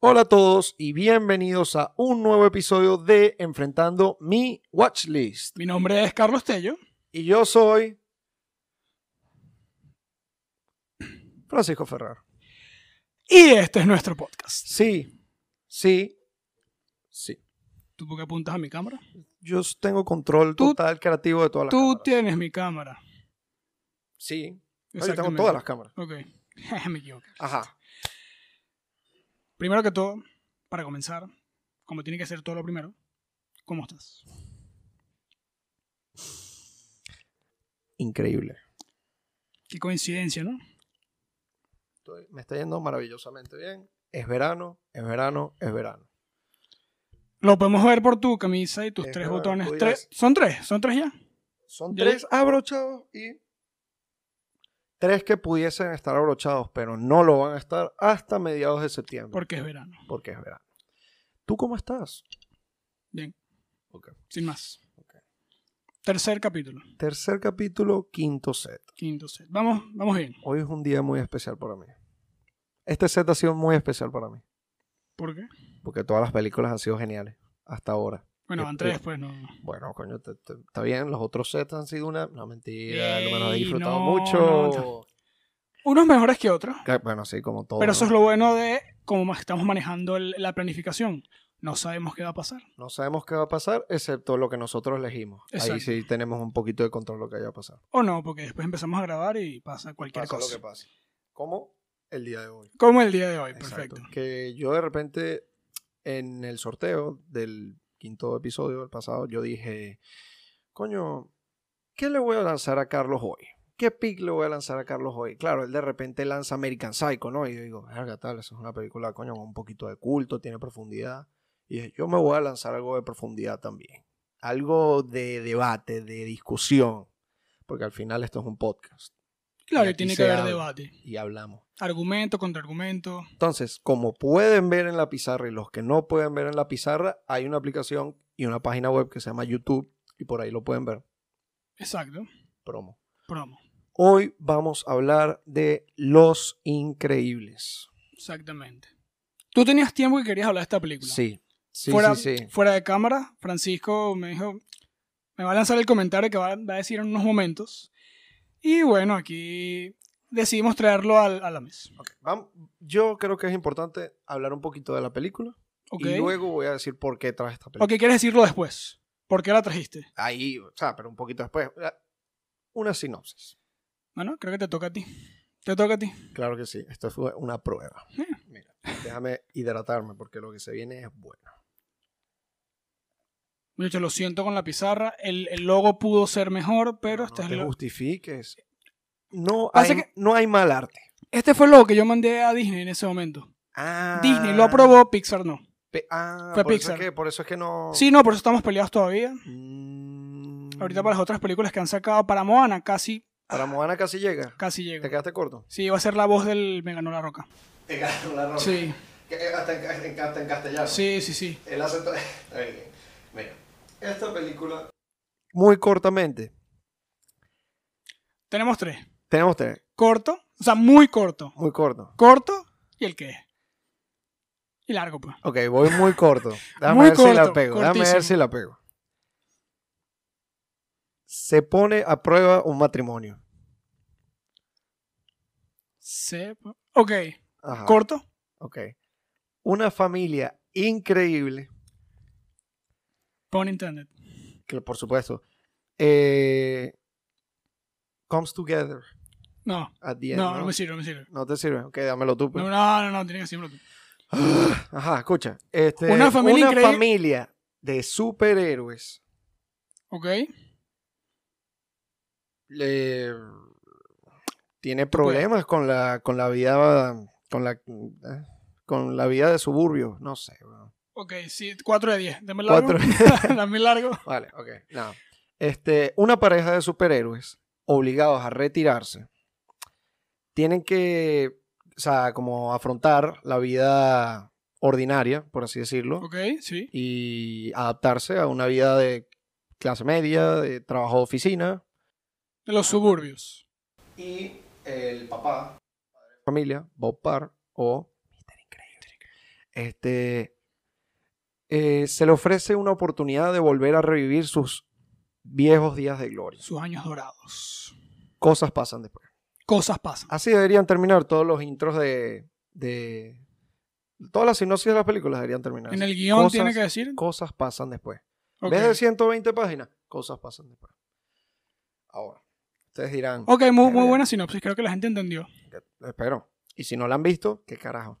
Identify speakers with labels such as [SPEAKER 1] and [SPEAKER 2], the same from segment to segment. [SPEAKER 1] Hola a todos y bienvenidos a un nuevo episodio de Enfrentando mi Watchlist.
[SPEAKER 2] Mi nombre es Carlos Tello.
[SPEAKER 1] Y yo soy Francisco Ferrer.
[SPEAKER 2] Y este es nuestro podcast.
[SPEAKER 1] Sí, sí, sí.
[SPEAKER 2] ¿Tú por qué apuntas a mi cámara?
[SPEAKER 1] Yo tengo control
[SPEAKER 2] Tú-
[SPEAKER 1] total creativo de todas las
[SPEAKER 2] Tú
[SPEAKER 1] cámaras.
[SPEAKER 2] tienes mi cámara.
[SPEAKER 1] Sí, No, yo tengo todas las cámaras.
[SPEAKER 2] Exactamente. Ok. me equivoqué.
[SPEAKER 1] Ajá.
[SPEAKER 2] Primero que todo, para comenzar, como tiene que ser todo lo primero, ¿cómo estás?
[SPEAKER 1] Increíble.
[SPEAKER 2] Qué coincidencia, ¿no?
[SPEAKER 1] Estoy- me está yendo maravillosamente bien. Es verano, es verano, es verano.
[SPEAKER 2] Lo podemos ver por tu camisa y tus
[SPEAKER 1] Es
[SPEAKER 2] tres
[SPEAKER 1] verdad,
[SPEAKER 2] botones.
[SPEAKER 1] tú dirás.
[SPEAKER 2] Tres, son tres, son tres ya.
[SPEAKER 1] Son
[SPEAKER 2] Yo-
[SPEAKER 1] tres abrochados y tres que pudiesen estar abrochados, pero no lo van a estar hasta mediados de septiembre.
[SPEAKER 2] Porque es verano.
[SPEAKER 1] Porque es verano. ¿Tú cómo estás?
[SPEAKER 2] Bien.
[SPEAKER 1] Ok.
[SPEAKER 2] Sin más.
[SPEAKER 1] Ok.
[SPEAKER 2] Tercer capítulo.
[SPEAKER 1] Tercer capítulo, quinto set.
[SPEAKER 2] Quinto set. Vamos, vamos bien.
[SPEAKER 1] Hoy es un día muy especial para mí. Este set ha sido muy especial para mí.
[SPEAKER 2] ¿Por qué?
[SPEAKER 1] Porque todas las películas han sido geniales. Hasta ahora.
[SPEAKER 2] Bueno,
[SPEAKER 1] Yo-
[SPEAKER 2] van
[SPEAKER 1] yo-
[SPEAKER 2] tres, pues no.
[SPEAKER 1] Bueno, coño, te- te- está bien. Los otros sets han sido una. No, mentira.
[SPEAKER 2] Ey,
[SPEAKER 1] no me los he disfrutado
[SPEAKER 2] no,
[SPEAKER 1] mucho.
[SPEAKER 2] no, Unos mejores que otros.
[SPEAKER 1] Que- Bueno, sí, como todo.
[SPEAKER 2] Pero
[SPEAKER 1] ¿no?
[SPEAKER 2] eso es lo bueno de cómo ma- estamos manejando el- la planificación. No sabemos qué va a pasar.
[SPEAKER 1] No sabemos qué va a pasar, excepto lo que nosotros elegimos.
[SPEAKER 2] Exacto.
[SPEAKER 1] Ahí sí tenemos un poquito de control lo que vaya a pasar.
[SPEAKER 2] O no, porque después empezamos a grabar y pasa cualquier
[SPEAKER 1] Pasa
[SPEAKER 2] cosa.
[SPEAKER 1] lo que pase. Como el día de hoy.
[SPEAKER 2] Como el día de hoy,
[SPEAKER 1] Exacto.
[SPEAKER 2] Eh, perfecto.
[SPEAKER 1] Que yo de repente, en el sorteo del quinto episodio del pasado, yo dije, coño, ¿qué le voy a lanzar a Carlos hoy? ¿Qué pick le voy a lanzar a Carlos hoy? Claro, él de repente lanza American Psycho, ¿no? Y yo digo, verga, tal, eso es una película, coño, con un poquito de culto, tiene profundidad. Y dije, yo me voy a lanzar algo de profundidad también. Algo de debate, de discusión. Porque al final esto es un podcast
[SPEAKER 2] Claro,
[SPEAKER 1] Y
[SPEAKER 2] y
[SPEAKER 1] aquí
[SPEAKER 2] tiene
[SPEAKER 1] se
[SPEAKER 2] que haber
[SPEAKER 1] habla.
[SPEAKER 2] debate.
[SPEAKER 1] y hablamos.
[SPEAKER 2] Argumento, contraargumento.
[SPEAKER 1] Entonces, como pueden ver en la pizarra y los que no pueden ver en la pizarra, hay una aplicación y una página web que se llama YouTube y por ahí lo pueden ver.
[SPEAKER 2] Exacto.
[SPEAKER 1] Promo.
[SPEAKER 2] Promo.
[SPEAKER 1] Hoy vamos a hablar de Los Increíbles.
[SPEAKER 2] Exactamente. Tú tenías tiempo que querías hablar de esta película.
[SPEAKER 1] Sí, sí,
[SPEAKER 2] fuera,
[SPEAKER 1] sí, sí.
[SPEAKER 2] fuera de cámara, Francisco me dijo, me va a lanzar el comentario que va, va a decir en unos momentos. Y bueno, aquí decidimos traerlo al- a la mesa.
[SPEAKER 1] Ok, vam- Yo creo que es importante hablar un poquito de la película
[SPEAKER 2] ¿Ok?
[SPEAKER 1] y luego voy a decir por qué traje esta película.
[SPEAKER 2] ¿O qué quieres decirlo después? ¿Por qué la trajiste?
[SPEAKER 1] Ahí, o sea, pero un poquito después. La- Una sinopsis.
[SPEAKER 2] Bueno, creo que te toca a ti. Te toca a ti.
[SPEAKER 1] Claro que sí, esto fue una prueba.
[SPEAKER 2] Eh.
[SPEAKER 1] Mira, déjame hidratarme porque lo que se viene es bueno.
[SPEAKER 2] Muchachos, lo siento con la pizarra. El, el logo pudo ser mejor, pero este,
[SPEAKER 1] no
[SPEAKER 2] es
[SPEAKER 1] te
[SPEAKER 2] lo-
[SPEAKER 1] justifiques. No hay,
[SPEAKER 2] Pasa que-
[SPEAKER 1] no hay mal arte.
[SPEAKER 2] este fue el logo que yo mandé a Disney en ese momento.
[SPEAKER 1] Ah,
[SPEAKER 2] Disney lo aprobó, Pixar no.
[SPEAKER 1] Pe- ah,
[SPEAKER 2] Fue
[SPEAKER 1] por eso es
[SPEAKER 2] Pixar.
[SPEAKER 1] que- por eso es que no.
[SPEAKER 2] Sí, no, por eso estamos peleados todavía.
[SPEAKER 1] Mm,
[SPEAKER 2] Ahorita para las otras películas que han sacado para Moana casi,
[SPEAKER 1] Para Moana casi llega.
[SPEAKER 2] casi llega.
[SPEAKER 1] Te quedaste corto.
[SPEAKER 2] Sí, va a ser la voz del Me ganó la roca.
[SPEAKER 1] Te quedaste una roca.
[SPEAKER 2] Sí,
[SPEAKER 1] Hasta en, castellano.
[SPEAKER 2] sí, sí, sí.
[SPEAKER 1] El acento. Mira, esta película. Muy cortamente.
[SPEAKER 2] Tenemos tres.
[SPEAKER 1] Tenemos tres.
[SPEAKER 2] Corto, o sea, muy corto.
[SPEAKER 1] Muy corto.
[SPEAKER 2] Corto y el que es. Y largo, pues.
[SPEAKER 1] Ok, voy muy corto. Déjame
[SPEAKER 2] Muy
[SPEAKER 1] ver si la
[SPEAKER 2] corto,
[SPEAKER 1] pego. Déjame ver
[SPEAKER 2] cortísimo.
[SPEAKER 1] si la pego. Se pone a prueba un matrimonio.
[SPEAKER 2] Se- pues. Ok,
[SPEAKER 1] Ajá.
[SPEAKER 2] corto.
[SPEAKER 1] Ok. Una familia increíble,
[SPEAKER 2] Pon internet.
[SPEAKER 1] que por supuesto, eh, comes together
[SPEAKER 2] No,
[SPEAKER 1] at the end.
[SPEAKER 2] no,
[SPEAKER 1] No,
[SPEAKER 2] no me sirve, no me sirve.
[SPEAKER 1] No te sirve. Ok, dámelo tú. pues.
[SPEAKER 2] No, no, no, no, tiene que ser bruto.
[SPEAKER 1] Ajá, escucha. Este,
[SPEAKER 2] Una familia
[SPEAKER 1] una
[SPEAKER 2] increíble-
[SPEAKER 1] familia de superhéroes
[SPEAKER 2] Ok,
[SPEAKER 1] le- tiene problemas con la, con la vida con la eh, con la vida de suburbio. No sé, weón.
[SPEAKER 2] ok, sí, 4 de 10. Dame largo. Dame largo.
[SPEAKER 1] Vale, ok. Nada. Este, una pareja de superhéroes obligados a retirarse tienen que, o sea, como afrontar la vida ordinaria, por así decirlo,
[SPEAKER 2] Ok, sí.
[SPEAKER 1] y adaptarse a una vida de clase media, de trabajo de oficina.
[SPEAKER 2] De los suburbios.
[SPEAKER 1] Y el papá, familia, Bob Parr o Mister Increíble, Este, eh, se le ofrece una oportunidad de volver a revivir sus viejos días de gloria.
[SPEAKER 2] Sus años dorados.
[SPEAKER 1] Cosas pasan después.
[SPEAKER 2] Cosas pasan.
[SPEAKER 1] Así deberían terminar todos los intros de. de todas las sinopsis de las películas deberían terminar.
[SPEAKER 2] En
[SPEAKER 1] así.
[SPEAKER 2] el guión
[SPEAKER 1] Cosas-
[SPEAKER 2] tiene que decir.
[SPEAKER 1] Cosas pasan después.
[SPEAKER 2] Ok.
[SPEAKER 1] En vez de 120 páginas, cosas pasan después. Ahora, ustedes dirán.
[SPEAKER 2] Ok, muy, muy
[SPEAKER 1] Eh,
[SPEAKER 2] buena sinopsis, creo que la gente entendió.
[SPEAKER 1] Espero. Y si no la han visto, qué carajo.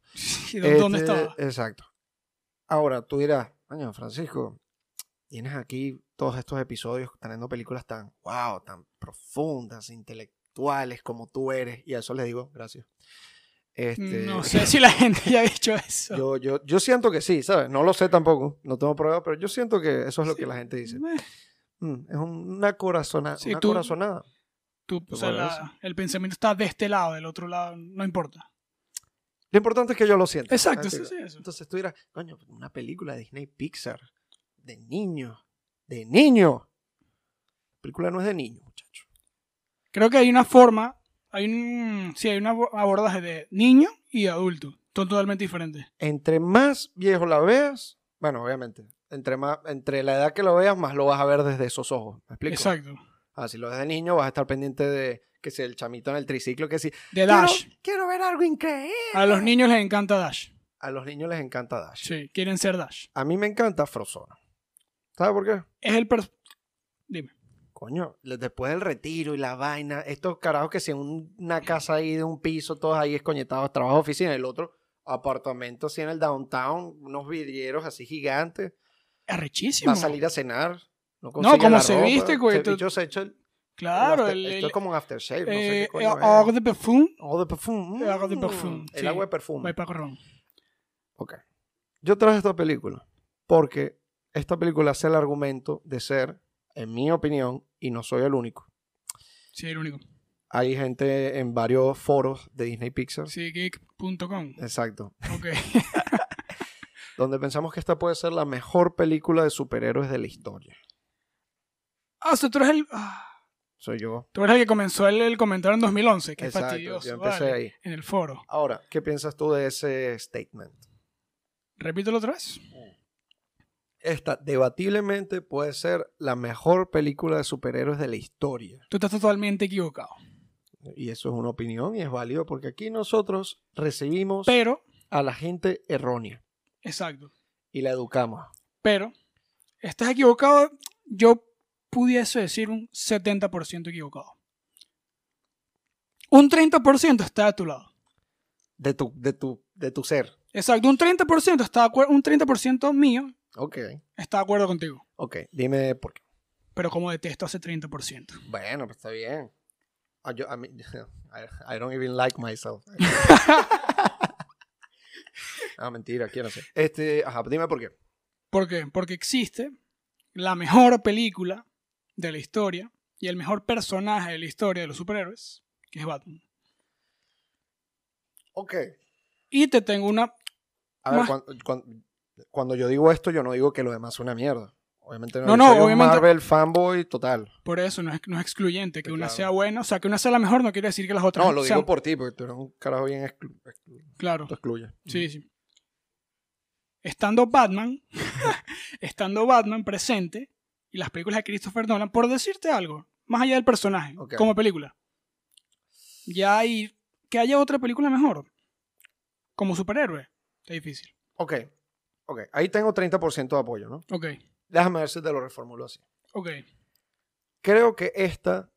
[SPEAKER 2] ¿Y dó- ¿Dónde
[SPEAKER 1] Este,
[SPEAKER 2] estaba?
[SPEAKER 1] Exacto. Ahora, tú dirás, año Francisco, tienes aquí todos estos episodios teniendo películas tan, wow, tan profundas, intelectuales como tú eres. Y a eso les digo, gracias. Este,
[SPEAKER 2] Mm, No sé si la gente ya ha dicho eso.
[SPEAKER 1] Yo, yo, yo siento que sí, ¿sabes? No lo sé tampoco, no tengo pruebas, pero yo siento que eso es lo
[SPEAKER 2] Sí.
[SPEAKER 1] que la gente dice.
[SPEAKER 2] Eh,
[SPEAKER 1] Mm, es una corazonada.
[SPEAKER 2] Sí,
[SPEAKER 1] una
[SPEAKER 2] tú-
[SPEAKER 1] corazonada.
[SPEAKER 2] tú, o
[SPEAKER 1] Yo
[SPEAKER 2] sea,
[SPEAKER 1] puedo
[SPEAKER 2] la-
[SPEAKER 1] eso.
[SPEAKER 2] el pensamiento está de este lado, del otro lado, no importa.
[SPEAKER 1] Ah, Lo importante es que yo lo siento.
[SPEAKER 2] Exacto,
[SPEAKER 1] Así
[SPEAKER 2] sí,
[SPEAKER 1] que-
[SPEAKER 2] sí, eso.
[SPEAKER 1] Entonces tú dirás, coño, una película de Disney Pixar, de niño, de niño. La película no es de niño, muchacho.
[SPEAKER 2] Creo que hay una forma, hay un, sí, hay un abo- abordaje de niño y adulto, son totalmente diferentes.
[SPEAKER 1] Entre más viejo la veas, bueno, obviamente, entre, más, entre la edad que lo veas, más lo vas a ver desde esos ojos. ¿Me explico?
[SPEAKER 2] Exacto.
[SPEAKER 1] Ah, si lo ves de niño, vas a estar pendiente de que si el chamito en el triciclo, que si...
[SPEAKER 2] De
[SPEAKER 1] "Quiero-
[SPEAKER 2] Dash.
[SPEAKER 1] Quiero, ver algo increíble.
[SPEAKER 2] A los niños les encanta Dash.
[SPEAKER 1] A los niños les encanta Dash.
[SPEAKER 2] Sí, quieren ser Dash.
[SPEAKER 1] A mí me encanta Frozone. ¿Sabes por qué?
[SPEAKER 2] Es el per-
[SPEAKER 1] Coño, le- después del retiro y la vaina, estos carajos que si en un- una casa ahí de un piso, todos ahí escoñetados, trabajo de oficina, el otro apartamento así en el downtown, unos vidrieros así gigantes,
[SPEAKER 2] es
[SPEAKER 1] va
[SPEAKER 2] rechísimo.
[SPEAKER 1] a salir a cenar. No,
[SPEAKER 2] No, como
[SPEAKER 1] como
[SPEAKER 2] se viste, güey, tú-
[SPEAKER 1] Yo se echa el, el
[SPEAKER 2] Claro,
[SPEAKER 1] after-
[SPEAKER 2] el, el,
[SPEAKER 1] esto es como un aftershave, no sé
[SPEAKER 2] eh,
[SPEAKER 1] qué coño
[SPEAKER 2] el
[SPEAKER 1] es.
[SPEAKER 2] Eau de perfume,
[SPEAKER 1] Eau de perfume.
[SPEAKER 2] Eau de
[SPEAKER 1] mm,
[SPEAKER 2] perfume,
[SPEAKER 1] El
[SPEAKER 2] sí.
[SPEAKER 1] agua de
[SPEAKER 2] by
[SPEAKER 1] perfume.
[SPEAKER 2] Paco Ron.
[SPEAKER 1] Ok. Yo traje esta película porque esta película hace el argumento de ser, en mi opinión, y no soy el único,
[SPEAKER 2] Sí, el único.
[SPEAKER 1] hay gente en varios foros de Disney Pixar.
[SPEAKER 2] Sí, geek.com.
[SPEAKER 1] Exacto.
[SPEAKER 2] Ok.
[SPEAKER 1] Donde pensamos que esta puede ser la mejor película de superhéroes de la historia.
[SPEAKER 2] Ah, o sea, tú eres el, ah,
[SPEAKER 1] Soy yo.
[SPEAKER 2] tú eres el que comenzó el, el comentario en 2011. Qué
[SPEAKER 1] Exacto,
[SPEAKER 2] fastidioso.
[SPEAKER 1] yo empecé
[SPEAKER 2] vale,
[SPEAKER 1] ahí.
[SPEAKER 2] En el foro.
[SPEAKER 1] Ahora, ¿qué piensas tú de ese statement?
[SPEAKER 2] Repítelo otra vez.
[SPEAKER 1] Esta debatiblemente puede ser la mejor película de superhéroes de la historia.
[SPEAKER 2] Tú estás totalmente equivocado.
[SPEAKER 1] Y eso es una opinión y es válido porque aquí nosotros recibimos
[SPEAKER 2] Pero,
[SPEAKER 1] a la gente errónea
[SPEAKER 2] exacto.
[SPEAKER 1] y la educamos.
[SPEAKER 2] Pero, estás equivocado. Yo pudiese decir un 70% equivocado. Un 30% está a tu lado.
[SPEAKER 1] De tu, de tu, de tu ser.
[SPEAKER 2] Exacto, un 30% está de acuer- un 30% mío
[SPEAKER 1] Ok.
[SPEAKER 2] está de acuerdo contigo,
[SPEAKER 1] Ok, dime por qué.
[SPEAKER 2] pero como detesto ese 30%.
[SPEAKER 1] Bueno, pues está bien. Ah, yo- a mí- I, I don't even like myself. ah, mentira, quiero hacer. Este, ajá, dime por qué.
[SPEAKER 2] ¿Por qué? Porque existe la mejor película de la historia y el mejor personaje de la historia de los superhéroes, que es Batman.
[SPEAKER 1] Ok.
[SPEAKER 2] Y te tengo una...
[SPEAKER 1] A ver,
[SPEAKER 2] Más-
[SPEAKER 1] cuan- cuan- cuando, yo digo esto, yo no digo que lo demás es una mierda. Obviamente no. yo
[SPEAKER 2] No, no,
[SPEAKER 1] soy un
[SPEAKER 2] obviamente-
[SPEAKER 1] Marvel fanboy total.
[SPEAKER 2] Por eso no es, no es excluyente, que
[SPEAKER 1] Sí,
[SPEAKER 2] una
[SPEAKER 1] claro.
[SPEAKER 2] sea buena, o sea, que una sea la mejor no quiere decir que las otras
[SPEAKER 1] No, lo
[SPEAKER 2] sean-
[SPEAKER 1] digo por ti, porque tú eres un carajo bien exclu exclu-
[SPEAKER 2] Claro,
[SPEAKER 1] tú excluyes.
[SPEAKER 2] sí, sí. Estando Batman, estando Batman presente y las películas de Christopher Nolan, por decirte algo, más allá del personaje,
[SPEAKER 1] Ok.
[SPEAKER 2] como película, ya hay... Que haya otra película mejor, como superhéroe, está difícil.
[SPEAKER 1] Ok. Ok, ahí tengo 30% de apoyo, ¿no?
[SPEAKER 2] Ok,
[SPEAKER 1] Déjame ver si te lo reformulo así.
[SPEAKER 2] ok.
[SPEAKER 1] creo que esta,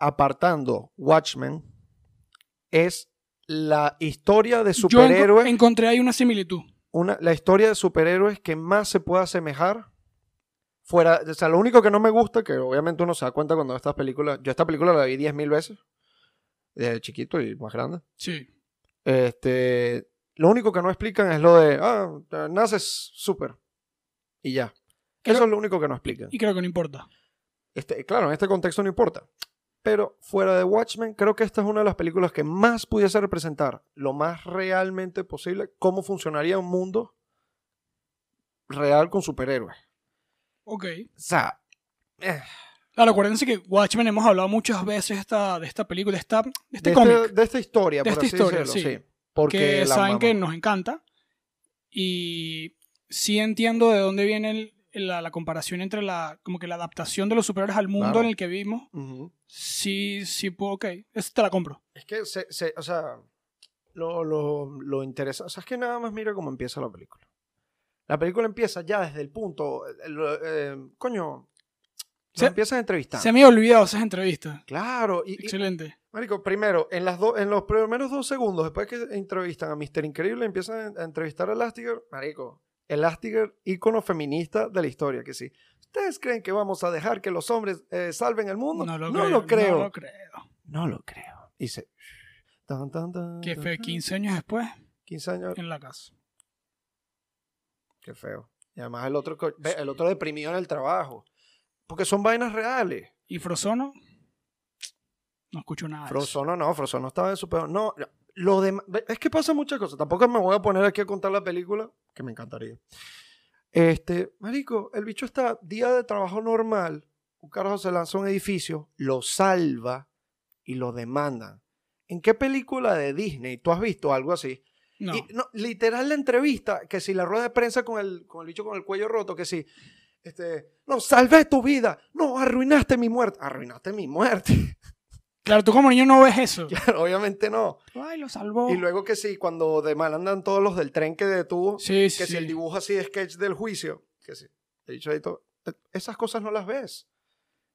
[SPEAKER 1] apartando Watchmen, es la historia de
[SPEAKER 2] Yo enco-
[SPEAKER 1] superhéroes,
[SPEAKER 2] encontré ahí una similitud.
[SPEAKER 1] una, la historia de superhéroes que más se puede asemejar fuera, o sea, lo único que no me gusta, que obviamente uno se da cuenta cuando ve estas películas, yo esta película la vi 10.000 veces, desde chiquito y más grande,
[SPEAKER 2] Sí.
[SPEAKER 1] este, lo único que no explican es lo de, ah, naces súper, y ya. Eso es lo único que no explican.
[SPEAKER 2] Y creo que no importa.
[SPEAKER 1] Este, claro, en este contexto no importa. Pero fuera de Watchmen, creo que esta es una de las películas que más pudiese representar lo más realmente posible cómo funcionaría un mundo real con superhéroes.
[SPEAKER 2] Ok.
[SPEAKER 1] O sea, eh,
[SPEAKER 2] Claro, acuérdense que Watchmen hemos hablado muchas veces esta, de esta película, de esta, de este
[SPEAKER 1] de,
[SPEAKER 2] cómic,
[SPEAKER 1] este- de esta historia,
[SPEAKER 2] De
[SPEAKER 1] por
[SPEAKER 2] esta
[SPEAKER 1] así
[SPEAKER 2] historia,
[SPEAKER 1] decirlo,
[SPEAKER 2] sí.
[SPEAKER 1] sí. Porque
[SPEAKER 2] que
[SPEAKER 1] la
[SPEAKER 2] saben
[SPEAKER 1] mamá-
[SPEAKER 2] que nos encanta. Y sí entiendo de dónde viene el- la, la comparación entre la, como que la adaptación de los superhéroes al mundo
[SPEAKER 1] Claro.
[SPEAKER 2] en el que vivimos.
[SPEAKER 1] Ujú.
[SPEAKER 2] Sí, sí, puedo, ok. Eso te la compro.
[SPEAKER 1] Es que, se, se- o sea, lo, lo, lo interesante, o sea, es que nada más mira cómo empieza la película. La película empieza ya desde el punto, eh, lo- eh, coño,
[SPEAKER 2] Se-
[SPEAKER 1] se empiezan entrevistando.
[SPEAKER 2] Se me había olvidado esas entrevistas.
[SPEAKER 1] Claro, y, y-
[SPEAKER 2] Excelente.
[SPEAKER 1] Marico, primero, en, las do- en los primeros dos segundos, después que entrevistan a Mr. Increíble, empiezan a entrevistar a Elastigirl. Marico, Elastigirl, ícono feminista de la historia, que sí. ¿Ustedes creen que vamos a dejar que los hombres eh, salven el mundo?
[SPEAKER 2] No lo creo.
[SPEAKER 1] creo.
[SPEAKER 2] No lo creo.
[SPEAKER 1] No lo creo. Y se... Tan, tan, tan,
[SPEAKER 2] Que
[SPEAKER 1] tan,
[SPEAKER 2] fue
[SPEAKER 1] tan.
[SPEAKER 2] 15 años después
[SPEAKER 1] 15 años.
[SPEAKER 2] en la casa.
[SPEAKER 1] Qué feo. Y además el otro, co- ve, el otro deprimido en el trabajo. Porque son vainas reales.
[SPEAKER 2] ¿Y Frozono? No escucho nada. de eso.
[SPEAKER 1] Frozono no, Frozono estaba en su peor. No, no, lo demás. Es que pasa muchas cosas. Tampoco me voy a poner aquí a contar la película, que me encantaría. Este, marico, el bicho está día de trabajo normal. Un carajo se lanza a un edificio, lo salva y lo demandan. ¿En qué película de Disney tú has visto algo así?
[SPEAKER 2] No.
[SPEAKER 1] Y, no, literal la entrevista, que si la rueda de prensa con el, con el bicho con el cuello roto, que si, este, no, salvé tu vida, no, arruinaste mi muerte, arruinaste mi muerte.
[SPEAKER 2] Claro, tú como niño no ves eso.
[SPEAKER 1] Claro, obviamente no.
[SPEAKER 2] Ay, lo salvó.
[SPEAKER 1] Y luego que sí, cuando demandan todos los del tren que detuvo,
[SPEAKER 2] sí, sí.
[SPEAKER 1] que si
[SPEAKER 2] sí.
[SPEAKER 1] el dibujo así de sketch del juicio, que sí, el bicho ahí todo, eh, esas cosas no las ves.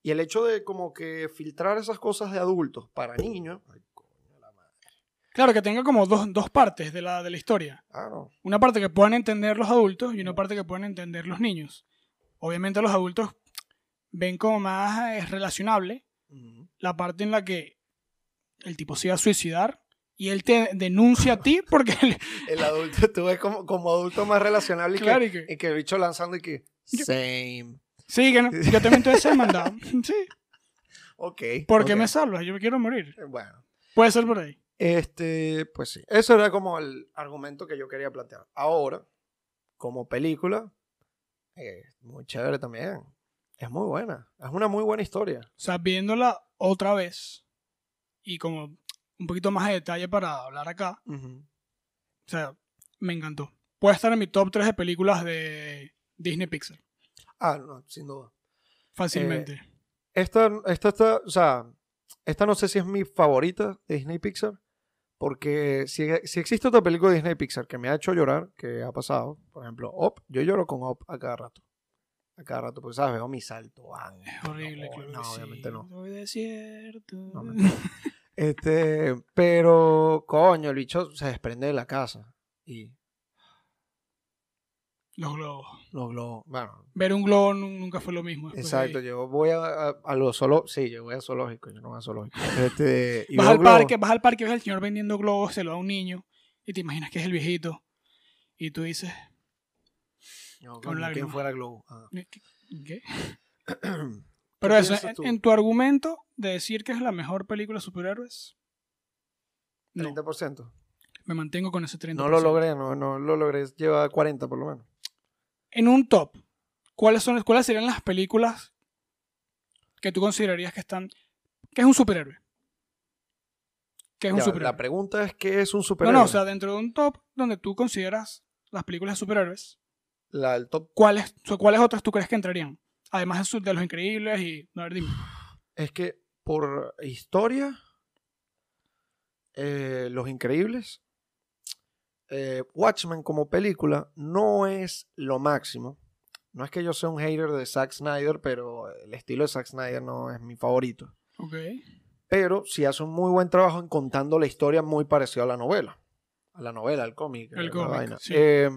[SPEAKER 1] Y el hecho de como que filtrar esas cosas de adultos para niños, ay, coño, la madre.
[SPEAKER 2] Claro, que tenga como dos, dos partes de la, de la historia.
[SPEAKER 1] Ah, no.
[SPEAKER 2] Una parte que puedan entender los adultos y una parte que puedan entender los niños. Obviamente los adultos ven como más eh, relacionable
[SPEAKER 1] Ujú.
[SPEAKER 2] la parte en la que el tipo se iba a suicidar y él te denuncia a ti porque...
[SPEAKER 1] El adulto, tú ves como, como adulto más relacionable y que-
[SPEAKER 2] claro, y que...
[SPEAKER 1] Y que el bicho lanzando y que.
[SPEAKER 2] Yo-
[SPEAKER 1] Same.
[SPEAKER 2] Sí, que no, yo también te ese mandado. Sí.
[SPEAKER 1] Ok.
[SPEAKER 2] ¿Por qué
[SPEAKER 1] ok.
[SPEAKER 2] me salvas? Yo me quiero morir.
[SPEAKER 1] Eh, Bueno.
[SPEAKER 2] Puede ser por ahí.
[SPEAKER 1] Este, pues sí. Eso era como el argumento que yo quería plantear. Ahora, como película, eh, muy chévere también. Es muy buena. Es una muy buena historia.
[SPEAKER 2] O sea, viéndola otra vez y como un poquito más de detalle para hablar acá, o sea, me encantó. Puede estar en mi top 3 de películas de Disney Pixar,
[SPEAKER 1] Ah, no, sin duda.
[SPEAKER 2] fácilmente.
[SPEAKER 1] Eh, Esta, esta, está- o sea, esta no sé si es mi favorita de Disney Pixar, porque si, si existe otra película de Disney Pixar que me ha hecho llorar, que ha pasado, por ejemplo, Op, yo lloro con Op a cada rato. A cada rato, porque sabes, veo mi salto ángel.
[SPEAKER 2] es horrible,
[SPEAKER 1] No,
[SPEAKER 2] claro que
[SPEAKER 1] no,
[SPEAKER 2] sí.
[SPEAKER 1] obviamente no.
[SPEAKER 2] Soy desierto.
[SPEAKER 1] No, mentira. Este, pero, coño, el bicho se desprende de la casa. Y
[SPEAKER 2] Los globos.
[SPEAKER 1] los globos, bueno,
[SPEAKER 2] Ver un globo nu- nunca fue lo mismo. después de
[SPEAKER 1] exacto,
[SPEAKER 2] ahí.
[SPEAKER 1] yo voy a, a, a los zoológicos, sí, yo voy a zoológico, yo no voy a zoológico. Este, y
[SPEAKER 2] Vas
[SPEAKER 1] veo
[SPEAKER 2] al
[SPEAKER 1] globos.
[SPEAKER 2] parque, vas al parque, ves al señor vendiendo globos, se lo da a un niño y te imaginas que es el viejito. Y tú dices,
[SPEAKER 1] No,
[SPEAKER 2] con
[SPEAKER 1] coño, ¿quién
[SPEAKER 2] lágrimas.
[SPEAKER 1] fuera globo? Ah.
[SPEAKER 2] ¿qué? qué? Pero
[SPEAKER 1] ¿Qué
[SPEAKER 2] eso,
[SPEAKER 1] piensas
[SPEAKER 2] en,
[SPEAKER 1] tú?
[SPEAKER 2] en tu argumento de decir que es la mejor película de superhéroes, no,
[SPEAKER 1] 30%.
[SPEAKER 2] me mantengo con ese 30%.
[SPEAKER 1] No lo logré, no, no lo logré. Lleva 40 por lo menos.
[SPEAKER 2] En un top, ¿cuáles, son, ¿cuáles serían las películas que tú considerarías que están... que es un superhéroe? Que es un
[SPEAKER 1] Ya,
[SPEAKER 2] superhéroe?
[SPEAKER 1] la pregunta es qué es un
[SPEAKER 2] No,
[SPEAKER 1] superhéroe.
[SPEAKER 2] no, o sea, dentro de un top donde tú consideras las películas de superhéroes,
[SPEAKER 1] La- el top
[SPEAKER 2] ¿cuáles, o sea, ¿cuáles otras tú crees que entrarían? Además de su- de Los Increíbles y... A ver, dime.
[SPEAKER 1] es que por historia, eh, Los Increíbles, eh, Watchmen como película no es lo máximo. No es que yo sea un hater de Zack Snyder, pero el estilo de Zack Snyder no es mi favorito.
[SPEAKER 2] Ok.
[SPEAKER 1] Pero sí hace un muy buen trabajo en contando la historia muy parecida a la novela. A la novela, al cómic.
[SPEAKER 2] El
[SPEAKER 1] la
[SPEAKER 2] cómic,
[SPEAKER 1] vaina.
[SPEAKER 2] sí.
[SPEAKER 1] Eh,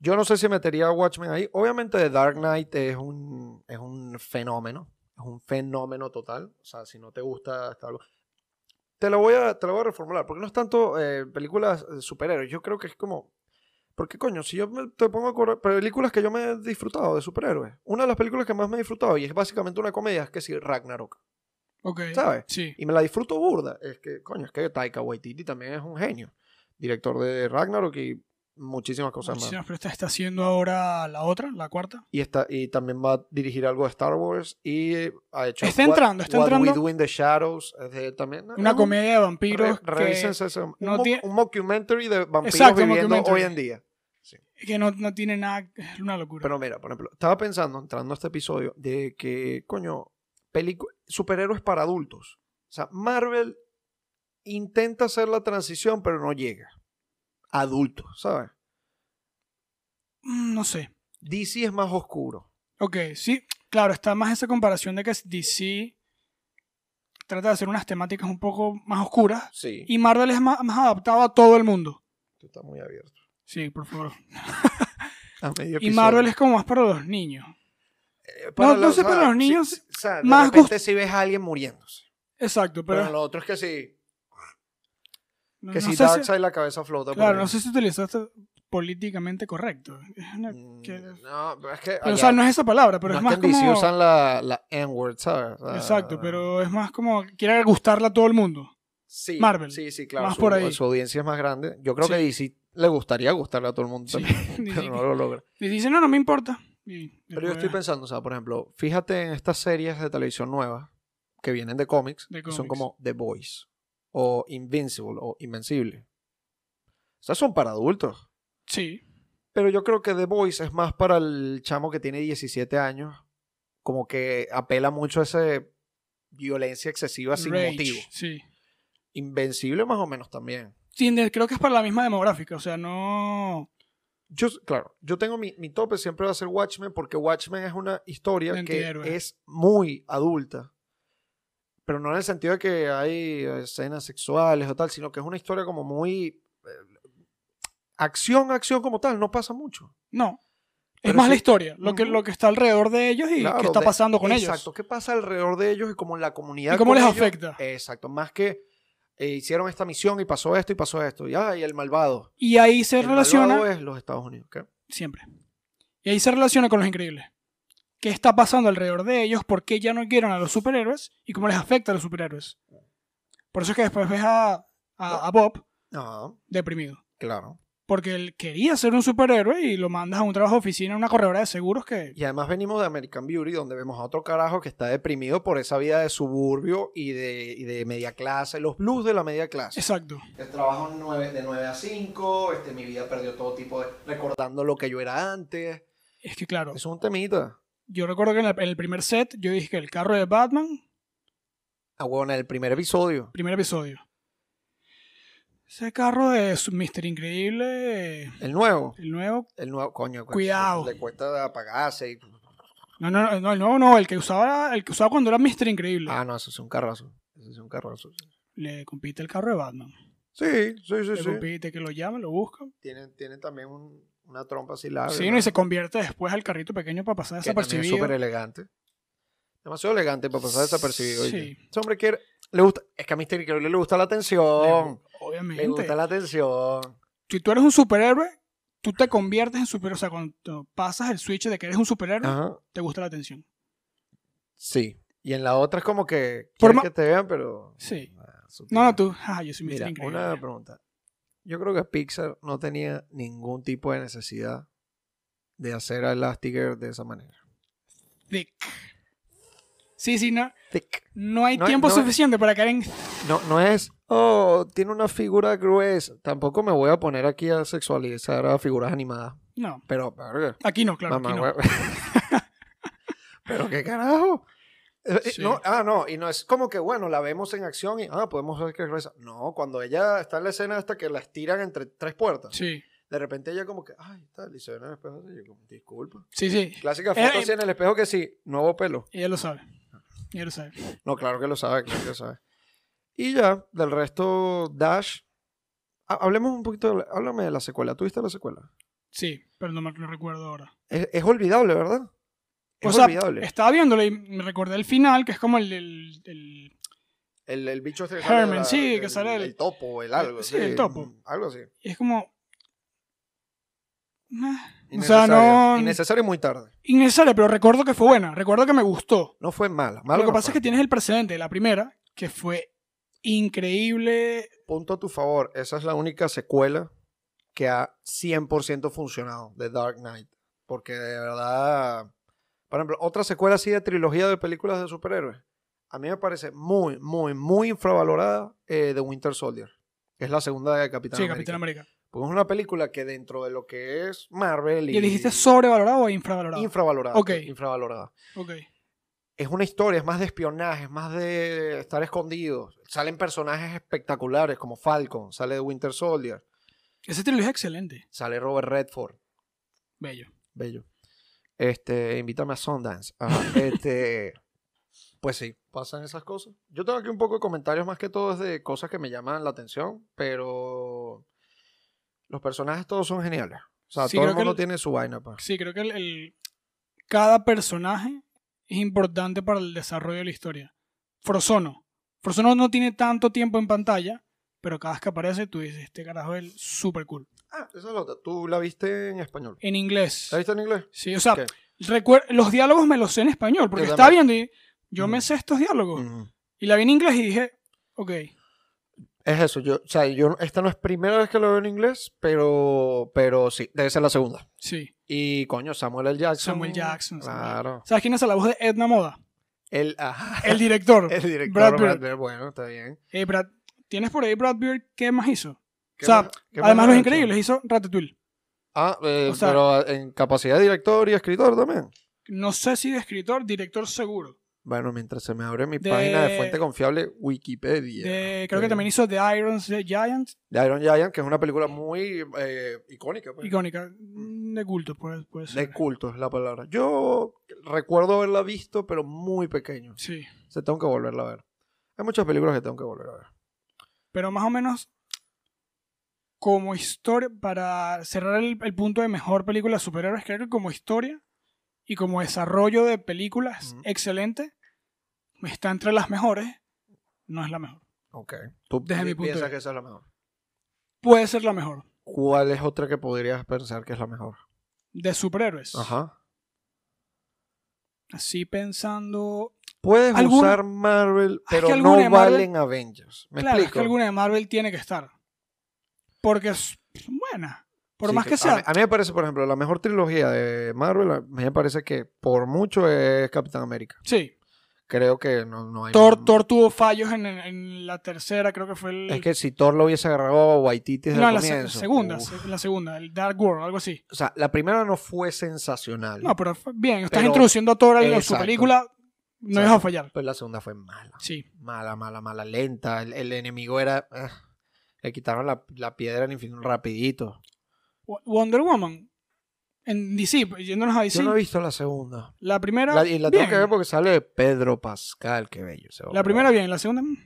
[SPEAKER 1] yo no sé si metería a Watchmen ahí. Obviamente The Dark Knight es un, es un fenómeno. Es un fenómeno total. O sea, si no te gusta está algo- Te lo voy a, te lo voy a reformular. Porque no es tanto eh, películas de superhéroes. Yo creo que es como... Porque coño, si yo me- te pongo a correr películas que yo me he disfrutado de superhéroes. Una de las películas que más me he disfrutado y es básicamente una comedia es que si Ragnarok.
[SPEAKER 2] Ok.
[SPEAKER 1] ¿Sabes?
[SPEAKER 2] Sí.
[SPEAKER 1] Y me la disfruto burda. Es que, coño, es que Taika Waititi también es un genio. Director de Ragnarok y muchísimas cosas más.
[SPEAKER 2] Muchísimas, pero esta está haciendo ahora la otra, la cuarta.
[SPEAKER 1] Y, está, y también va a dirigir algo de Star Wars y ha hecho...
[SPEAKER 2] Está
[SPEAKER 1] What-
[SPEAKER 2] entrando, está
[SPEAKER 1] What
[SPEAKER 2] entrando.
[SPEAKER 1] We Do in the Shadows. es de- también, es
[SPEAKER 2] Una
[SPEAKER 1] un-
[SPEAKER 2] comedia de
[SPEAKER 1] re-
[SPEAKER 2] vampiros que
[SPEAKER 1] revísense eso, un,
[SPEAKER 2] no
[SPEAKER 1] mo-
[SPEAKER 2] tiene-
[SPEAKER 1] un mockumentary de vampiros
[SPEAKER 2] Exacto, un
[SPEAKER 1] viviendo
[SPEAKER 2] mockumentary.
[SPEAKER 1] hoy en día. sí.
[SPEAKER 2] Que no, no tiene nada. Es una locura.
[SPEAKER 1] Pero mira, por ejemplo, estaba pensando, entrando a este episodio, de que, coño, pelicu- superhéroes para adultos. O sea, Marvel intenta hacer la transición, pero no llega. Adulto, ¿sabes?
[SPEAKER 2] Mm, no sé.
[SPEAKER 1] DC es más oscuro.
[SPEAKER 2] Ok, sí, claro, está más esa comparación de que DC trata de hacer unas temáticas un poco más oscuras
[SPEAKER 1] Sí.
[SPEAKER 2] y Marvel es más, más adaptado a todo el mundo.
[SPEAKER 1] Tú estás muy abierto.
[SPEAKER 2] Sí, por favor.
[SPEAKER 1] A medio
[SPEAKER 2] Y
[SPEAKER 1] episodio.
[SPEAKER 2] Marvel es como más para los niños.
[SPEAKER 1] Eh,
[SPEAKER 2] No, no sé,
[SPEAKER 1] o sea,
[SPEAKER 2] para los niños,
[SPEAKER 1] sí, o sea, de
[SPEAKER 2] más
[SPEAKER 1] repente si ves a alguien muriéndose.
[SPEAKER 2] Exacto,
[SPEAKER 1] Pero,
[SPEAKER 2] pero
[SPEAKER 1] lo otro es que si,
[SPEAKER 2] no,
[SPEAKER 1] que
[SPEAKER 2] no
[SPEAKER 1] si
[SPEAKER 2] sé si-
[SPEAKER 1] Darkseid la cabeza flota. por
[SPEAKER 2] claro,
[SPEAKER 1] ahí.
[SPEAKER 2] no sé si utilizaste políticamente correcto. Es una-
[SPEAKER 1] Mm,
[SPEAKER 2] que-
[SPEAKER 1] No, pero es que.
[SPEAKER 2] pero, o sea,
[SPEAKER 1] allá-
[SPEAKER 2] no es esa palabra, pero
[SPEAKER 1] no
[SPEAKER 2] es más
[SPEAKER 1] que en DC
[SPEAKER 2] como
[SPEAKER 1] usan la, la N-word, ¿sabes? O sea, ah.
[SPEAKER 2] Exacto, pero es más como quiere gustarle a todo el mundo.
[SPEAKER 1] Sí,
[SPEAKER 2] Marvel,
[SPEAKER 1] Sí, sí, claro.
[SPEAKER 2] más
[SPEAKER 1] su,
[SPEAKER 2] por ahí.
[SPEAKER 1] su audiencia es más grande. Yo creo
[SPEAKER 2] Sí.
[SPEAKER 1] que DC le gustaría gustarle a todo el mundo
[SPEAKER 2] Sí.
[SPEAKER 1] también,
[SPEAKER 2] Y-
[SPEAKER 1] pero no lo logra.
[SPEAKER 2] y dice, "No, no me importa." Y
[SPEAKER 1] Pero yo estoy
[SPEAKER 2] después-
[SPEAKER 1] pensando, o sea, por ejemplo, fíjate en estas series de televisión nuevas que vienen de cómics,
[SPEAKER 2] De
[SPEAKER 1] que son
[SPEAKER 2] cómics.
[SPEAKER 1] como The Boys o Invincible o Invencible. O sea, son para adultos.
[SPEAKER 2] Sí.
[SPEAKER 1] Pero yo creo que The Voice es más para el chamo que tiene 17 años. Como que apela mucho a esa violencia excesiva sin
[SPEAKER 2] Rage,
[SPEAKER 1] motivo.
[SPEAKER 2] Sí.
[SPEAKER 1] Invencible más o menos también.
[SPEAKER 2] Sí, de- creo que es para la misma demográfica, o sea, no
[SPEAKER 1] Yo, claro, yo tengo mi, mi tope, siempre va a ser Watchmen, porque Watchmen es una historia
[SPEAKER 2] De
[SPEAKER 1] que
[SPEAKER 2] antihéroe.
[SPEAKER 1] es muy adulta. Pero no en el sentido de que hay escenas sexuales o tal, sino que es una historia como muy... eh, acción, acción como tal, no pasa mucho.
[SPEAKER 2] no. Es
[SPEAKER 1] Pero
[SPEAKER 2] más la
[SPEAKER 1] sí-
[SPEAKER 2] historia, lo que,
[SPEAKER 1] Ujú.
[SPEAKER 2] lo que está alrededor de ellos y
[SPEAKER 1] Claro,
[SPEAKER 2] qué está
[SPEAKER 1] de-
[SPEAKER 2] pasando con
[SPEAKER 1] Exacto,
[SPEAKER 2] ellos.
[SPEAKER 1] ¿qué pasa alrededor de ellos y cómo la comunidad...
[SPEAKER 2] ¿Y cómo
[SPEAKER 1] con
[SPEAKER 2] les
[SPEAKER 1] ellos-
[SPEAKER 2] afecta?
[SPEAKER 1] Exacto, más que eh, hicieron esta misión y pasó esto y pasó esto. Y, ay, el malvado.
[SPEAKER 2] Y ahí se
[SPEAKER 1] el
[SPEAKER 2] relaciona
[SPEAKER 1] malvado es los Estados Unidos. ¿qué?
[SPEAKER 2] siempre. Y ahí se relaciona con los increíbles. ¿Qué está pasando alrededor de ellos? ¿Por qué ya no quieren a los superhéroes? ¿Y cómo les afecta a los superhéroes? Por eso es que después ves a, a- a Bob
[SPEAKER 1] No,
[SPEAKER 2] deprimido.
[SPEAKER 1] Ah, claro.
[SPEAKER 2] Porque él quería ser un superhéroe y lo mandas a un trabajo de oficina, a una corredora de seguros que...
[SPEAKER 1] Y además venimos de American Beauty, donde vemos a otro carajo que está deprimido por esa vida de suburbio y de, y de media clase, los blues de la media clase.
[SPEAKER 2] Exacto.
[SPEAKER 1] El trabajo nueve- de 9 a 5, este, mi vida perdió todo tipo de... recordando lo que yo era antes.
[SPEAKER 2] Es que claro,
[SPEAKER 1] Eso es un temita.
[SPEAKER 2] yo recuerdo que en, la- en el primer set yo dije que el carro de Batman,
[SPEAKER 1] Ah, huevón, en el primer episodio.
[SPEAKER 2] primer episodio. Ese carro de su- Mr. Increíble, eh,
[SPEAKER 1] El nuevo.
[SPEAKER 2] el nuevo...
[SPEAKER 1] El nuevo, coño.
[SPEAKER 2] Cuidado.
[SPEAKER 1] Le cuesta apagarse. y-
[SPEAKER 2] No, no, no, no, el nuevo no, el que usaba, el que usaba cuando era Mr. Increíble.
[SPEAKER 1] Ah, no, eso es un carrazo. Eso es un carrazo.
[SPEAKER 2] le compite el carro de Batman.
[SPEAKER 1] Sí, sí, sí,
[SPEAKER 2] le
[SPEAKER 1] sí.
[SPEAKER 2] compite, que lo llaman, lo buscan.
[SPEAKER 1] Tiene, tiene también un- una trompa así larga.
[SPEAKER 2] sí, ¿no? y se convierte después al carrito pequeño para pasar
[SPEAKER 1] Ah, Que también es
[SPEAKER 2] desapercibido.
[SPEAKER 1] súper elegante. Demasiado elegante para pasar desapercibido.
[SPEAKER 2] Sí.
[SPEAKER 1] oye. Ese hombre quiere... Le gusta, es que a Mr. Increíble le gusta la atención.
[SPEAKER 2] Le-
[SPEAKER 1] Le,
[SPEAKER 2] Obviamente.
[SPEAKER 1] Oh, gusta la atención.
[SPEAKER 2] Si tú eres un superhéroe, tú te conviertes en superhéroe. O sea, cuando pasas el switch de que eres un superhéroe,
[SPEAKER 1] Ajá.
[SPEAKER 2] te gusta la atención.
[SPEAKER 1] Sí. Y en la otra es como que
[SPEAKER 2] Por
[SPEAKER 1] quieres
[SPEAKER 2] ma-
[SPEAKER 1] que te vean, pero...
[SPEAKER 2] Sí.
[SPEAKER 1] Ah, sutil.
[SPEAKER 2] No, no, tú. Ah, yo soy Mr.
[SPEAKER 1] Mira,
[SPEAKER 2] Increíble.
[SPEAKER 1] una pregunta. Yo creo que Pixar no tenía ningún tipo de necesidad de hacer a Elastigirl de esa manera.
[SPEAKER 2] Thick. Sí, sí, no,
[SPEAKER 1] Thick.
[SPEAKER 2] no hay
[SPEAKER 1] No hay-
[SPEAKER 2] tiempo
[SPEAKER 1] no hay-
[SPEAKER 2] suficiente para caer en.
[SPEAKER 1] No, no es, oh, tiene una figura gruesa. Tampoco me voy a poner aquí a sexualizar a figuras animadas.
[SPEAKER 2] No,
[SPEAKER 1] Pero, verga,
[SPEAKER 2] aquí no, claro.
[SPEAKER 1] mamá,
[SPEAKER 2] aquí no.
[SPEAKER 1] güey. Pero qué carajo. Eh, eh,
[SPEAKER 2] Sí.
[SPEAKER 1] no, ah, no, y no es como que, bueno, la vemos en acción y, ah, podemos ver que es gruesa. No, cuando ella está en la escena hasta que la estiran entre tres puertas.
[SPEAKER 2] Sí,
[SPEAKER 1] De repente ella como que, ay, tal, y se ve en el espejo así, yo como, disculpa.
[SPEAKER 2] sí, sí.
[SPEAKER 1] Clásica
[SPEAKER 2] Eh,
[SPEAKER 1] foto
[SPEAKER 2] eh.
[SPEAKER 1] así en el espejo que sí, nuevo pelo.
[SPEAKER 2] Ella lo sabe. Ella lo sabe.
[SPEAKER 1] No, claro que lo sabe, claro que lo sabe. Y ya, del resto, Dash. Ha- Hablemos un poquito, de la- háblame de la secuela. ¿Tuviste la secuela?
[SPEAKER 2] Sí, pero no me no recuerdo ahora.
[SPEAKER 1] Es, es olvidable, ¿verdad? Es
[SPEAKER 2] O sea,
[SPEAKER 1] olvidable.
[SPEAKER 2] estaba viéndolo y me recordé el final, que es como el, el- el-
[SPEAKER 1] El, el bicho este que
[SPEAKER 2] Herman,
[SPEAKER 1] sale de la-
[SPEAKER 2] sí, que
[SPEAKER 1] el-
[SPEAKER 2] sale el-
[SPEAKER 1] el topo, el algo.
[SPEAKER 2] sí, el topo.
[SPEAKER 1] Algo así.
[SPEAKER 2] Es como... Eh, O sea,
[SPEAKER 1] Innecesario.
[SPEAKER 2] no...
[SPEAKER 1] Innecesario y muy tarde.
[SPEAKER 2] Innecesaria, pero recuerdo que fue buena. Recuerdo que me gustó.
[SPEAKER 1] No fue mala.
[SPEAKER 2] Lo
[SPEAKER 1] mala
[SPEAKER 2] que
[SPEAKER 1] no
[SPEAKER 2] pasa es
[SPEAKER 1] fue.
[SPEAKER 2] que tienes el precedente de la primera, que fue increíble.
[SPEAKER 1] Punto a tu favor. Esa es la única secuela que ha 100% funcionado de Dark Knight. Porque de verdad... Por ejemplo, otra secuela así de trilogía de películas de superhéroes. A mí me parece muy, muy, muy infravalorada eh, The Winter Soldier. Que es la segunda de Capitán
[SPEAKER 2] sí,
[SPEAKER 1] América.
[SPEAKER 2] Capitán América.
[SPEAKER 1] Porque es una película que dentro de lo que es Marvel y...
[SPEAKER 2] ¿Y dijiste sobrevalorado o infravalorado?
[SPEAKER 1] infravalorada.
[SPEAKER 2] Ok.
[SPEAKER 1] Infravalorada.
[SPEAKER 2] ok.
[SPEAKER 1] Es una historia, es más de espionaje, es más de estar escondidos. Salen personajes espectaculares como Falcon, sale de Winter Soldier,
[SPEAKER 2] Ese trilogía es excelente.
[SPEAKER 1] sale Robert Redford.
[SPEAKER 2] Bello.
[SPEAKER 1] Bello. Este, invítame a Sundance. Ajá, este, pues sí, pasan esas cosas. Yo tengo aquí un poco de comentarios más que todo de cosas que me llaman la atención, pero los personajes todos son geniales. O sea,
[SPEAKER 2] Sí,
[SPEAKER 1] todo el
[SPEAKER 2] creo que
[SPEAKER 1] mundo
[SPEAKER 2] el-
[SPEAKER 1] tiene su vaina. pues. pa.
[SPEAKER 2] Sí, creo que el, el- cada personaje es importante para el desarrollo de la historia. Frozono. Frozono no tiene tanto tiempo en pantalla, pero cada vez que aparece tú dices, este carajo es súper cool.
[SPEAKER 1] Ah, esa es la otra. ¿Tú la viste en español?
[SPEAKER 2] En inglés.
[SPEAKER 1] ¿La viste en inglés?
[SPEAKER 2] Sí, o sea,
[SPEAKER 1] Ok.
[SPEAKER 2] recuer- los diálogos me los sé en español, porque
[SPEAKER 1] Yo
[SPEAKER 2] estaba
[SPEAKER 1] también.
[SPEAKER 2] viendo y yo me
[SPEAKER 1] Mm.
[SPEAKER 2] sé estos diálogos.
[SPEAKER 1] Ujú.
[SPEAKER 2] Y la vi en inglés y dije, ok,
[SPEAKER 1] Es eso. Yo, o sea, yo, esta no es primera vez que lo veo en inglés, pero, pero sí, debe ser la segunda.
[SPEAKER 2] sí,
[SPEAKER 1] Y coño, Samuel L. Jackson.
[SPEAKER 2] Samuel Jackson. Samuel-
[SPEAKER 1] Claro.
[SPEAKER 2] ¿Sabes quién hace la voz de Edna Moda?
[SPEAKER 1] El, ajá.
[SPEAKER 2] El director.
[SPEAKER 1] El director
[SPEAKER 2] Brad
[SPEAKER 1] Brad
[SPEAKER 2] Bird.
[SPEAKER 1] Bird, bueno, está bien.
[SPEAKER 2] Eh, Brad- ¿Tienes por ahí Brad Bird? ¿Qué más hizo?
[SPEAKER 1] ¿Qué
[SPEAKER 2] O sea,
[SPEAKER 1] más- qué más
[SPEAKER 2] Además,
[SPEAKER 1] ha
[SPEAKER 2] Los
[SPEAKER 1] hecho?
[SPEAKER 2] Increíbles hizo Ratatouille.
[SPEAKER 1] Ah, eh,
[SPEAKER 2] o sea-
[SPEAKER 1] pero en capacidad de director y escritor también.
[SPEAKER 2] No sé si de escritor, director seguro.
[SPEAKER 1] Bueno, mientras se me abre mi
[SPEAKER 2] De-
[SPEAKER 1] página de fuente confiable, Wikipedia.
[SPEAKER 2] De- creo que
[SPEAKER 1] Eh,
[SPEAKER 2] también hizo The Iron Giant,
[SPEAKER 1] De Iron Giant, que es una película muy eh, icónica. pues.
[SPEAKER 2] icónica, mm, de culto, puede, puede ser.
[SPEAKER 1] De culto es la palabra. Yo recuerdo haberla visto, pero muy pequeño.
[SPEAKER 2] Sí,
[SPEAKER 1] Se tengo que volverla a ver. Hay muchas películas que tengo que volver a ver.
[SPEAKER 2] pero más o menos como historia, para cerrar el, el punto de mejor película de superhéroes, creo que como historia y como desarrollo de películas
[SPEAKER 1] Ujú.
[SPEAKER 2] excelente, está entre las mejores, no es la mejor.
[SPEAKER 1] Ok. ¿Tú
[SPEAKER 2] Desde
[SPEAKER 1] pi-
[SPEAKER 2] mi punto de
[SPEAKER 1] piensas
[SPEAKER 2] vista.
[SPEAKER 1] que esa es la mejor?
[SPEAKER 2] Puede ser la mejor
[SPEAKER 1] ¿Cuál es otra que podrías pensar que es la mejor?
[SPEAKER 2] de superhéroes.
[SPEAKER 1] Ajá.
[SPEAKER 2] Así pensando,
[SPEAKER 1] Puedes
[SPEAKER 2] ¿Alguna?
[SPEAKER 1] usar Marvel,
[SPEAKER 2] que
[SPEAKER 1] pero
[SPEAKER 2] alguna de
[SPEAKER 1] no
[SPEAKER 2] Marvel-
[SPEAKER 1] valen Avengers. ¿Me
[SPEAKER 2] claro, es
[SPEAKER 1] explico?
[SPEAKER 2] que alguna de Marvel tiene que estar. Porque es buena. Por
[SPEAKER 1] Sí,
[SPEAKER 2] más que
[SPEAKER 1] a mí-
[SPEAKER 2] sea.
[SPEAKER 1] A mí me parece, por ejemplo, la mejor trilogía de Marvel, a mí me parece que por mucho es Capitán América.
[SPEAKER 2] Sí.
[SPEAKER 1] Creo que no, no hay...
[SPEAKER 2] Thor, Thor tuvo fallos en, en la tercera, creo que fue el.
[SPEAKER 1] Es que si Thor lo hubiese agarrado a Waititi desde el
[SPEAKER 2] no, en la se-
[SPEAKER 1] comienzo...
[SPEAKER 2] segunda,
[SPEAKER 1] uf.
[SPEAKER 2] se- la segunda, el Dark World, algo así.
[SPEAKER 1] O sea, la primera no fue sensacional.
[SPEAKER 2] No, pero fue bien, estás
[SPEAKER 1] Pero-
[SPEAKER 2] introduciendo a Thor en su
[SPEAKER 1] Exacto.
[SPEAKER 2] película, no ibas a
[SPEAKER 1] Exacto.
[SPEAKER 2] fallar.
[SPEAKER 1] Pero la segunda fue mala.
[SPEAKER 2] Sí,
[SPEAKER 1] Mala, mala, mala, lenta. El, el enemigo era... ah, le quitaron la, la piedra al infinito rapidito.
[SPEAKER 2] Wo- Wonder Woman en DC, yéndonos a DC,
[SPEAKER 1] Yo no he visto la segunda.
[SPEAKER 2] la primera.
[SPEAKER 1] La- y la
[SPEAKER 2] bien.
[SPEAKER 1] tengo que ver porque sale Pedro Pascal, qué bello. ese
[SPEAKER 2] La
[SPEAKER 1] hombre.
[SPEAKER 2] primera, bien, la segunda, mm,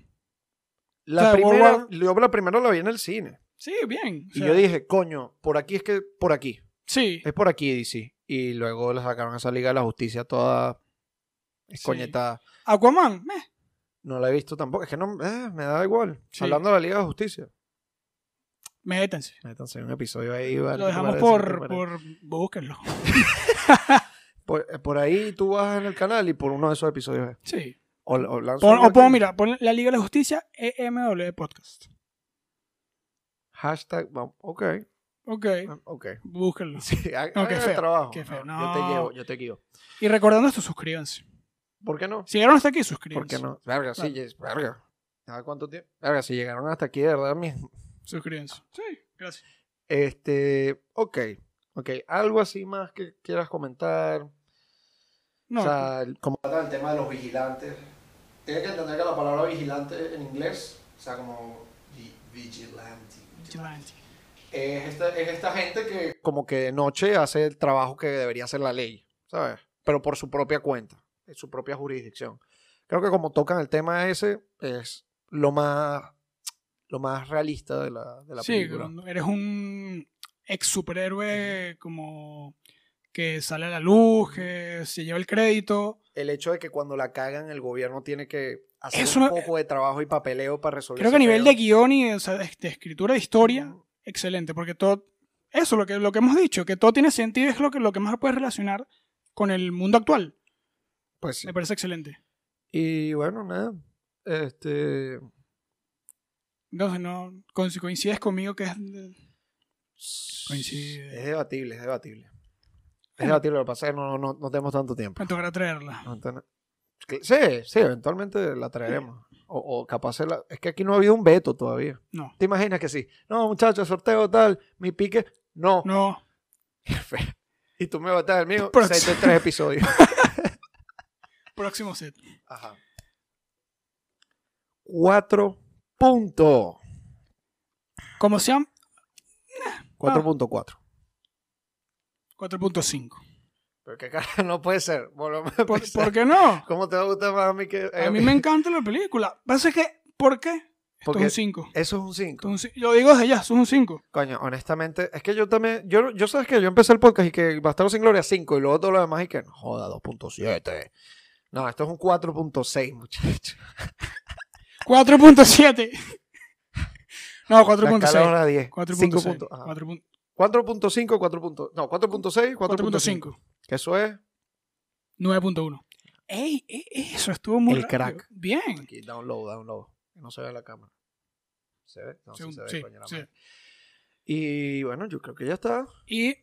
[SPEAKER 1] La,
[SPEAKER 2] o sea,
[SPEAKER 1] primera,
[SPEAKER 2] World
[SPEAKER 1] yo la primera la vi en el cine.
[SPEAKER 2] sí, bien. o
[SPEAKER 1] Y
[SPEAKER 2] sea,
[SPEAKER 1] yo dije, coño, por aquí es que, por aquí.
[SPEAKER 2] sí,
[SPEAKER 1] Es por aquí, DC. Y luego la sacaron a esa Liga de la Justicia toda escoñetada.
[SPEAKER 2] Aquaman, meh,
[SPEAKER 1] No la he visto tampoco. Es que no, eh, me da igual.
[SPEAKER 2] Sí.
[SPEAKER 1] Hablando de la Liga de la Justicia.
[SPEAKER 2] métanse.
[SPEAKER 1] Métanse en un episodio ahí. vale,
[SPEAKER 2] Lo
[SPEAKER 1] ¿qué
[SPEAKER 2] dejamos
[SPEAKER 1] te
[SPEAKER 2] por,
[SPEAKER 1] parece?
[SPEAKER 2] por. Búsquenlo.
[SPEAKER 1] Por- eh, por ahí tú vas en el canal y por uno de esos episodios.
[SPEAKER 2] Sí.
[SPEAKER 1] O, o lanzo
[SPEAKER 2] Pon-
[SPEAKER 1] uno
[SPEAKER 2] o pongo,
[SPEAKER 1] aquí.
[SPEAKER 2] mira, pon la Liga de la Justicia EMW Podcast.
[SPEAKER 1] Hashtag, vamos, ok,
[SPEAKER 2] Ok,
[SPEAKER 1] ok.
[SPEAKER 2] búsquenlo.
[SPEAKER 1] Sí, ha-
[SPEAKER 2] No, qué
[SPEAKER 1] hagan el
[SPEAKER 2] feo,
[SPEAKER 1] trabajo.
[SPEAKER 2] qué feo,
[SPEAKER 1] Yo te
[SPEAKER 2] no.
[SPEAKER 1] llevo, yo te guío.
[SPEAKER 2] Y recordando esto, suscríbanse.
[SPEAKER 1] ¿Por qué no?
[SPEAKER 2] Si llegaron hasta aquí,
[SPEAKER 1] ¿Por
[SPEAKER 2] suscríbanse.
[SPEAKER 1] qué no? Verga, sí,
[SPEAKER 2] Claro.
[SPEAKER 1] yes, verga. ¿Sabes cuánto tiempo? Verga, si llegaron hasta aquí, de verdad mismo.
[SPEAKER 2] Suscríbanse. Sí, gracias.
[SPEAKER 1] Este, ok, ok. Algo así más que quieras comentar.
[SPEAKER 2] No,
[SPEAKER 1] o sea, el- como trata el tema de los vigilantes. Tienes que entender que la palabra vigilante en inglés, o sea, como vi- vigilante.
[SPEAKER 2] vigilante.
[SPEAKER 1] Es esta, es esta gente que como que de noche hace el trabajo que debería hacer la ley, ¿sabes? Pero por su propia cuenta, en su propia jurisdicción. Creo que como tocan el tema ese, es lo más, lo más realista de la, de la
[SPEAKER 2] sí,
[SPEAKER 1] película.
[SPEAKER 2] cuando eres un ex superhéroe como que sale a la luz, que se lleva el crédito.
[SPEAKER 1] El hecho de que cuando la cagan el gobierno tiene que hacer
[SPEAKER 2] Eso
[SPEAKER 1] un
[SPEAKER 2] no-
[SPEAKER 1] poco de trabajo y papeleo para resolver.
[SPEAKER 2] Creo que a nivel de guión y o sea, de, de escritura de historia,
[SPEAKER 1] Ujú.
[SPEAKER 2] excelente, porque todo, eso lo que, lo que hemos dicho, que todo tiene sentido, es lo que, lo que más puedes relacionar con el mundo actual.
[SPEAKER 1] Pues sí.
[SPEAKER 2] Me parece excelente.
[SPEAKER 1] Y bueno, nada. Este...
[SPEAKER 2] Entonces, no, con- si coincides conmigo que es... Coincide.
[SPEAKER 1] Es debatible, es debatible. Es
[SPEAKER 2] Bueno.
[SPEAKER 1] debatible, lo que pasa es que no, no, no tenemos tanto tiempo.
[SPEAKER 2] Me tocará traerla.
[SPEAKER 1] No ten- Cl- Sí, sí, eventualmente la traeremos. O, o capaz se la- es que aquí no ha habido un veto todavía.
[SPEAKER 2] No.
[SPEAKER 1] ¿Te imaginas que sí? No, muchachos, sorteo tal, mi pique, no.
[SPEAKER 2] No.
[SPEAKER 1] y tú me votas el mío,
[SPEAKER 2] Pero-
[SPEAKER 1] 73 episodios.
[SPEAKER 2] Próximo set.
[SPEAKER 1] Ajá. Cuatro punto.
[SPEAKER 2] Como sean, Ah.
[SPEAKER 1] 4.4.
[SPEAKER 2] 4.5.
[SPEAKER 1] Pero que cara, no puede ser. Volvemos a
[SPEAKER 2] ¿Por,
[SPEAKER 1] empezar.
[SPEAKER 2] ¿por qué no?
[SPEAKER 1] ¿Cómo te va a gustar más a mí que
[SPEAKER 2] A mí me encanta la película. Pasa que, ¿por qué? Esto es
[SPEAKER 1] Porque
[SPEAKER 2] un
[SPEAKER 1] eso
[SPEAKER 2] 5.
[SPEAKER 1] es un 5.
[SPEAKER 2] Yo digo desde ya, esto es un 5.
[SPEAKER 1] Coño, honestamente, es que yo también, yo, yo sabes que yo empecé el podcast y que Bastardo sin Gloria 5 y luego todo lo demás y que, no, joda, 2.7. No, esto es un 4.6, muchachos.
[SPEAKER 2] 4.7. No,
[SPEAKER 1] La escala
[SPEAKER 2] 4.6.
[SPEAKER 1] ahora 10. 5
[SPEAKER 2] 4.6.
[SPEAKER 1] puntos, ajá.
[SPEAKER 2] 4.5.
[SPEAKER 1] 4.5, 4. punto- No, 4.6, 4.5.
[SPEAKER 2] 4.5.
[SPEAKER 1] Que eso es
[SPEAKER 2] 9.1. ¡Ey! e- Eso estuvo muy
[SPEAKER 1] El
[SPEAKER 2] rápido.
[SPEAKER 1] crack.
[SPEAKER 2] Bien.
[SPEAKER 1] Aquí, download, download. Que no se ve la cámara. ¿Se ve? No, sí
[SPEAKER 2] Según-
[SPEAKER 1] se ve,
[SPEAKER 2] sí,
[SPEAKER 1] coño, la
[SPEAKER 2] sí.
[SPEAKER 1] madre. Y bueno, yo creo que ya está.
[SPEAKER 2] Y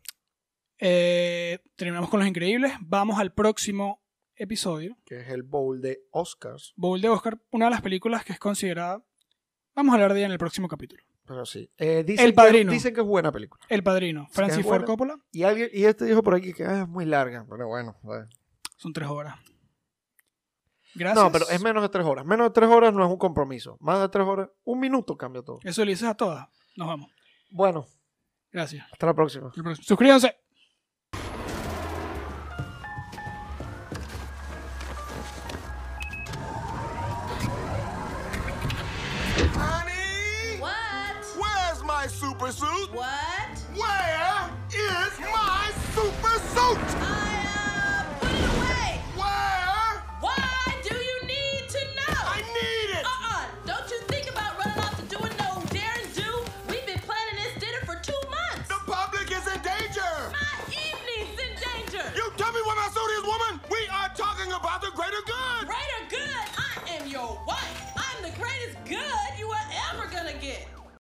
[SPEAKER 2] eh, terminamos con Los Increíbles. Vamos al próximo episodio.
[SPEAKER 1] Que es el bowl de Oscars.
[SPEAKER 2] Bowl de Oscar, una de las películas que es considerada. Vamos a hablar de ella en el próximo capítulo.
[SPEAKER 1] Pero sí. Eh, dicen
[SPEAKER 2] El Padrino.
[SPEAKER 1] Que, dicen que es buena película.
[SPEAKER 2] El Padrino,
[SPEAKER 1] que es
[SPEAKER 2] Francis Ford
[SPEAKER 1] buena.
[SPEAKER 2] Coppola.
[SPEAKER 1] Y, alguien, y este dijo por aquí que ah, es muy larga. Pero bueno. pues, bueno.
[SPEAKER 2] Son tres horas. Gracias.
[SPEAKER 1] No, pero es menos de tres horas. Menos de tres horas no es un compromiso. Más de tres horas, un minuto cambia todo.
[SPEAKER 2] Eso le dices a todas. Nos vamos.
[SPEAKER 1] Bueno,
[SPEAKER 2] Gracias.
[SPEAKER 1] hasta la próxima.
[SPEAKER 2] Hasta el próximo. Suscríbanse.
[SPEAKER 3] Honey,
[SPEAKER 4] What?
[SPEAKER 3] where's my super suit?
[SPEAKER 4] What?
[SPEAKER 3] Where is my super suit?
[SPEAKER 4] I, uh, put it away.
[SPEAKER 3] Where?
[SPEAKER 4] Why do you need to know?
[SPEAKER 3] I need it.
[SPEAKER 4] Uh-uh. Don't you think about running off to doing no daring do? We've been planning this dinner for two months.
[SPEAKER 3] The public is in danger.
[SPEAKER 4] My evening's in danger.
[SPEAKER 3] You tell me where my suit is, woman. We are talking about the greater good.
[SPEAKER 4] Greater good. I am your wife. I'm the greatest good you are ever gonna get.